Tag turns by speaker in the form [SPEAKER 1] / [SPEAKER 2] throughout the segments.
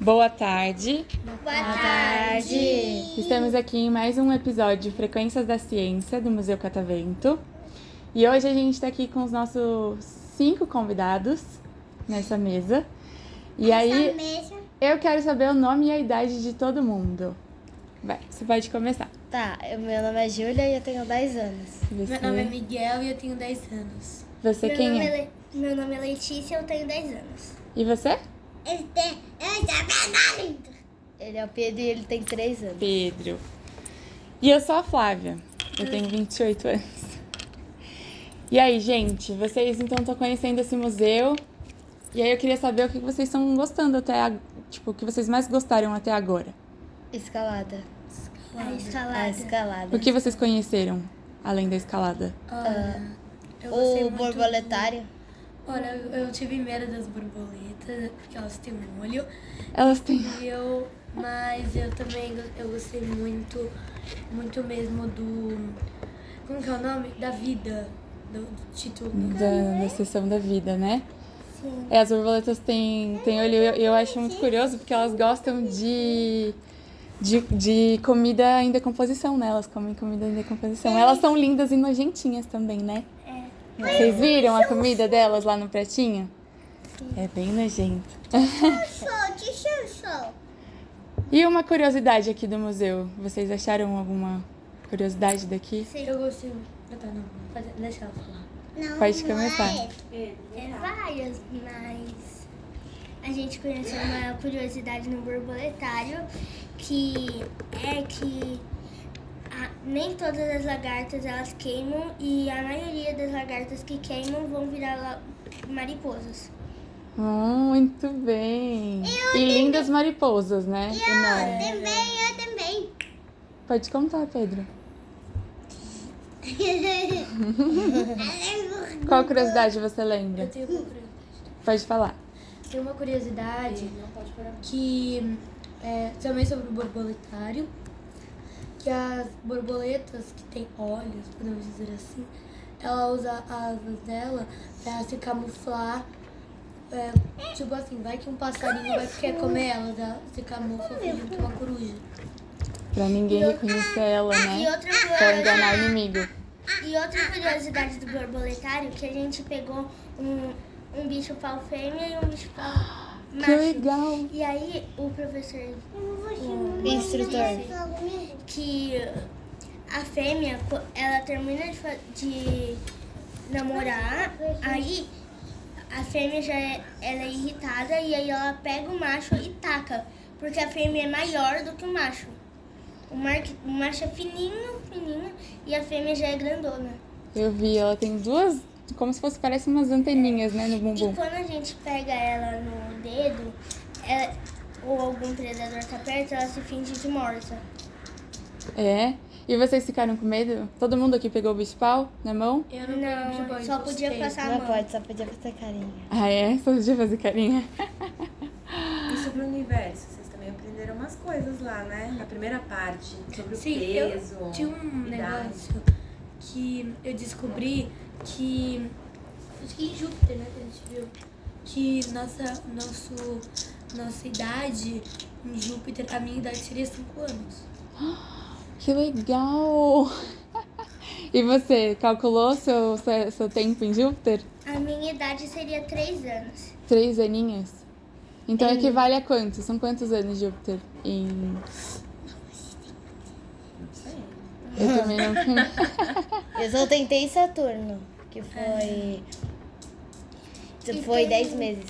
[SPEAKER 1] Boa tarde.
[SPEAKER 2] Boa tarde.
[SPEAKER 1] Estamos aqui em mais um episódio de Frequências da Ciência do Museu Catavento. E hoje a gente está aqui com os nossos cinco convidados nessa mesa. E aí
[SPEAKER 2] mesa.
[SPEAKER 1] eu quero saber o nome e a idade de todo mundo. Vai, você pode começar.
[SPEAKER 2] Tá, eu- meu nome é Júlia e eu tenho 10 anos.
[SPEAKER 1] Você,
[SPEAKER 3] Meu nome é Miguel e eu tenho 10 anos.
[SPEAKER 1] você quem é?
[SPEAKER 2] meu nome é Letícia e eu tenho 10 anos.
[SPEAKER 1] E você?
[SPEAKER 2] Ele é o Pedro e ele tem 3 anos.
[SPEAKER 1] Pedro. E eu sou a Flávia. Eu tenho 28 anos. E aí, gente, vocês então estão conhecendo esse museu. E aí eu queria saber o que vocês estão gostando até, a- tipo, o que vocês mais gostaram até agora.
[SPEAKER 2] Escalada. A Ah, escalada. A escalada.
[SPEAKER 1] O que vocês conheceram além da escalada?
[SPEAKER 3] Olha, eu gostei
[SPEAKER 2] O
[SPEAKER 3] muito
[SPEAKER 2] borboletário.
[SPEAKER 3] do- Olha, eu, eu tive medo das borboletas, porque elas têm um olho.
[SPEAKER 1] Elas têm.
[SPEAKER 3] E eu, mas eu também go- eu gostei muito, muito mesmo do. Como que é o nome? Da vida. Do, do título.
[SPEAKER 1] Da, da sessão da vida, né? É, as borboletas têm, têm olho. Eu, eu acho muito curioso porque elas gostam de, de, de comida em decomposição, né? Elas comem comida em decomposição. Elas são lindas e nojentinhas também, né?
[SPEAKER 2] É.
[SPEAKER 1] Vocês viram a comida delas lá no pratinho? É bem nojento.
[SPEAKER 2] Sol, de sol, sol.
[SPEAKER 1] E uma curiosidade aqui do museu. Vocês acharam alguma curiosidade daqui?
[SPEAKER 3] Eu gostei. Ah, tá, não. Pode- Deixa ela falar.
[SPEAKER 2] Não,
[SPEAKER 1] Pode começar.
[SPEAKER 2] É várias, mas a gente conheceu uma curiosidade no borboletário que é que a- nem todas as lagartas elas queimam e a maioria das lagartas que queimam vão virar la- mariposas.
[SPEAKER 1] Muito bem. e lindas mariposas, né? Enormes.
[SPEAKER 2] Também, eu também.
[SPEAKER 1] Pode contar, Pedro. Qual curiosidade você lembra?
[SPEAKER 3] Eu tenho uma curiosidade.
[SPEAKER 1] Pode falar.
[SPEAKER 3] Tem uma curiosidade que é, também sobre o borboletário, que as borboletas que têm olhos, podemos dizer assim, ela usa as asas dela pra se camuflar. é, tipo assim, vai que um passarinho vai
[SPEAKER 2] assim?
[SPEAKER 3] querer comer elas, ela se camufla junto com uma coruja.
[SPEAKER 1] Pra ninguém reconhecer ela,
[SPEAKER 2] Ah, E
[SPEAKER 1] né?
[SPEAKER 2] outra
[SPEAKER 1] Pra
[SPEAKER 2] curiosidade.
[SPEAKER 1] enganar o inimigo.
[SPEAKER 2] E outra curiosidade do borboletário que a gente pegou um, um bicho pau fêmea e um bicho pau
[SPEAKER 1] Que
[SPEAKER 2] macho.
[SPEAKER 1] legal.
[SPEAKER 2] E aí o professor, o instrutor, que a fêmea, co- ela termina de, fa- de namorar, aí a fêmea já é, ela é irritada e aí ela pega o macho e taca, porque a fêmea é maior do que o macho. O, mar, o macho é fininho, fininho, e a fêmea já é grandona.
[SPEAKER 1] Eu vi, ela tem duas, como se fosse, parece umas anteninhas, né, no
[SPEAKER 2] E
[SPEAKER 1] bumbum.
[SPEAKER 2] quando a gente pega ela no dedo, ela- ou algum predador tá perto, ela se finge de morta.
[SPEAKER 1] É. E vocês ficaram com medo? Todo mundo aqui pegou o bicho pau na mão?
[SPEAKER 3] Eu não,
[SPEAKER 2] assim? Não,
[SPEAKER 3] lembro de
[SPEAKER 2] só
[SPEAKER 3] onde
[SPEAKER 2] podia
[SPEAKER 3] gostei.
[SPEAKER 2] passar a
[SPEAKER 4] Não
[SPEAKER 2] mão.
[SPEAKER 4] pode, só podia fazer carinha.
[SPEAKER 1] Ah, é? Só de fazer carinha.
[SPEAKER 5] E sobre o universo, vocês também aprenderam umas coisas lá, né? Na primeira parte, sobre
[SPEAKER 3] Sim,
[SPEAKER 5] o peso.
[SPEAKER 3] eu tinha um
[SPEAKER 5] idade.
[SPEAKER 3] negócio que eu descobri que. Acho que em Júpiter, né? Que a gente viu. Que nossa, nosso, nossa idade em Júpiter, a minha idade seria 5 anos.
[SPEAKER 1] Que legal. E você, calculou seu, seu seu tempo em Júpiter?
[SPEAKER 2] A minha idade seria 3 anos.
[SPEAKER 1] Três aninhos? Então equivale a quanto? São quantos anos de Júpiter em. Eu também não conheço.
[SPEAKER 4] Eu só tentei Saturno, que foi.
[SPEAKER 2] Ah. E
[SPEAKER 4] Foi
[SPEAKER 2] tem-
[SPEAKER 4] 10 meses.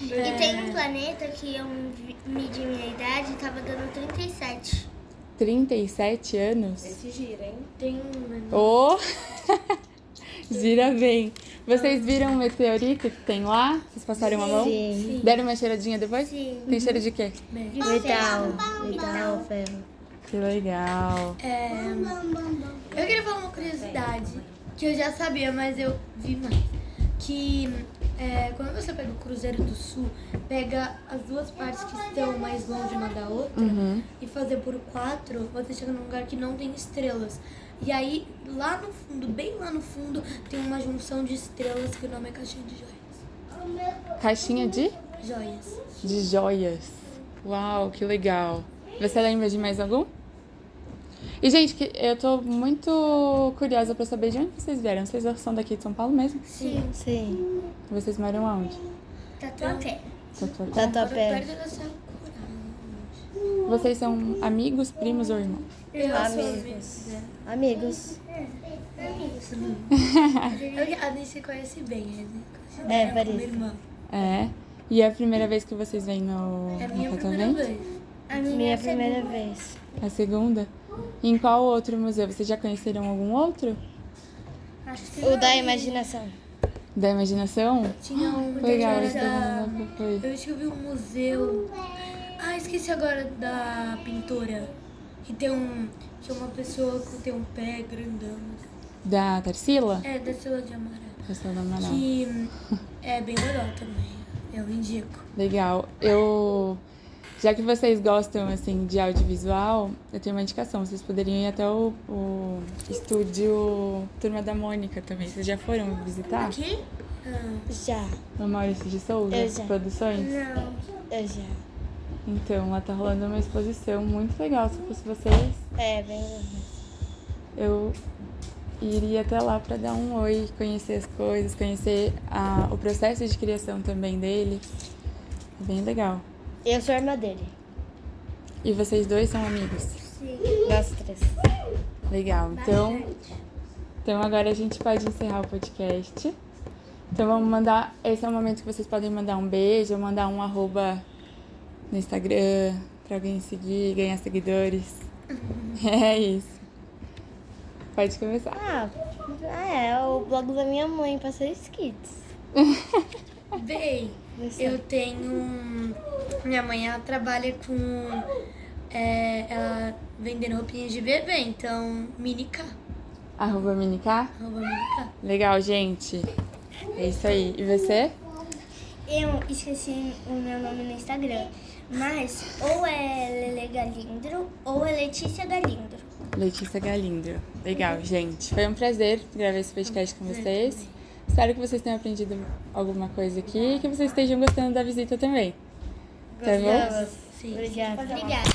[SPEAKER 2] E tem um planeta que eu vi- medi minha idade e tava dando 37.
[SPEAKER 1] 37 anos?
[SPEAKER 5] Esse gira, hein?
[SPEAKER 3] Tem um.
[SPEAKER 1] Oh! Gira bem. Vocês viram o meteorito que tem lá? Vocês passaram a mão?
[SPEAKER 4] Sim.
[SPEAKER 1] Deram uma cheiradinha depois?
[SPEAKER 2] Sim.
[SPEAKER 1] Tem cheiro de quê?
[SPEAKER 4] Metal. Metal, ferro.
[SPEAKER 1] Que legal.
[SPEAKER 3] É, eu queria falar uma curiosidade que eu já sabia, mas eu vi mais. que é, quando você pega o Cruzeiro do Sul, pega as duas partes que estão mais longe uma da outra e fazer por quatro, você chega num lugar que não tem estrelas. E aí, lá no fundo, bem lá no fundo, tem uma junção de estrelas que o nome é caixinha de joias.
[SPEAKER 1] Caixinha de?
[SPEAKER 3] Joias.
[SPEAKER 1] De joias. Uau, que legal. Você lembra de mais algum? E, gente, que- eu tô muito curiosa pra saber de onde vocês vieram. Vocês são daqui de São Paulo mesmo?
[SPEAKER 4] Sim.
[SPEAKER 1] Vocês moram aonde?
[SPEAKER 2] Tá tranquilo.
[SPEAKER 1] Tatuapé?
[SPEAKER 4] Tatuapé.
[SPEAKER 3] Perto dessa cura.
[SPEAKER 1] Vocês são amigos, primos ou irmãos?
[SPEAKER 4] Amigos. Amigos.
[SPEAKER 3] Eu- A gente se conhece bem, né?
[SPEAKER 4] É,
[SPEAKER 3] como
[SPEAKER 4] parece.
[SPEAKER 3] irmã.
[SPEAKER 1] É. E é a primeira vez que vocês vêm no,
[SPEAKER 3] É a
[SPEAKER 1] no
[SPEAKER 3] minha primeira
[SPEAKER 1] casamento? É
[SPEAKER 3] vez.
[SPEAKER 2] A minha, é
[SPEAKER 4] Minha
[SPEAKER 2] segunda.
[SPEAKER 4] primeira vez.
[SPEAKER 1] A segunda? E em qual outro museu? Vocês já conheceram algum outro?
[SPEAKER 2] Acho que
[SPEAKER 4] O da imaginação.
[SPEAKER 1] Da imaginação?
[SPEAKER 3] Tinha um
[SPEAKER 1] Legal,
[SPEAKER 3] que
[SPEAKER 1] esse eu
[SPEAKER 3] era-
[SPEAKER 1] não lembro qual foi.
[SPEAKER 3] Eu estive um museu. Ah, esqueci agora da pintora. Que tem um. Que é uma pessoa que tem um pé grandão.
[SPEAKER 1] Da Tarsila?
[SPEAKER 3] É, da Sela de Amaral.
[SPEAKER 1] Tarsila Amaral.
[SPEAKER 3] Que é bem legal também. Eu indico.
[SPEAKER 1] Legal. Eu. Já que vocês gostam assim de audiovisual, eu tenho uma indicação. Vocês poderiam ir até o, o estúdio Turma da Mônica também. Vocês já foram visitar?
[SPEAKER 2] Aqui?
[SPEAKER 4] Já.
[SPEAKER 1] No Maurício de Souza
[SPEAKER 4] Eu já.
[SPEAKER 1] Produções?
[SPEAKER 2] Não.
[SPEAKER 4] Eu já.
[SPEAKER 1] Então, lá tá rolando uma exposição muito legal. Se eu fosse vocês,
[SPEAKER 4] É, bem.
[SPEAKER 1] eu iria até lá para dar um oi, conhecer as coisas, conhecer a- o processo de criação também dele. É Bem legal.
[SPEAKER 4] Eu sou irmã dele.
[SPEAKER 1] E vocês dois são amigos?
[SPEAKER 4] Nós três.
[SPEAKER 1] Legal. Então, Então agora a gente pode encerrar o podcast. Então vamos mandar. Esse é o momento que vocês podem mandar um beijo, mandar um arroba no Instagram pra alguém seguir, ganhar seguidores. É isso. Pode começar.
[SPEAKER 4] Ah, é o blog da minha mãe, passei Kids.
[SPEAKER 3] Bem, eu tenho. um- Minha mãe ela trabalha com. é, ela vendendo roupinhas de bebê, então minicar.
[SPEAKER 1] Arroba Minicar.
[SPEAKER 3] Arroba minicar.
[SPEAKER 1] Legal, gente. É isso aí. E você?
[SPEAKER 2] Eu esqueci o meu nome no Instagram. Mas ou é Lele Galindro ou é Letícia Galindro.
[SPEAKER 1] Letícia Galindo. Legal, gente. Foi um prazer gravar esse podcast com vocês. Espero que vocês tenham aprendido alguma coisa aqui e que vocês estejam gostando da visita também. Tá bom?
[SPEAKER 4] Obrigada.
[SPEAKER 2] Obrigada.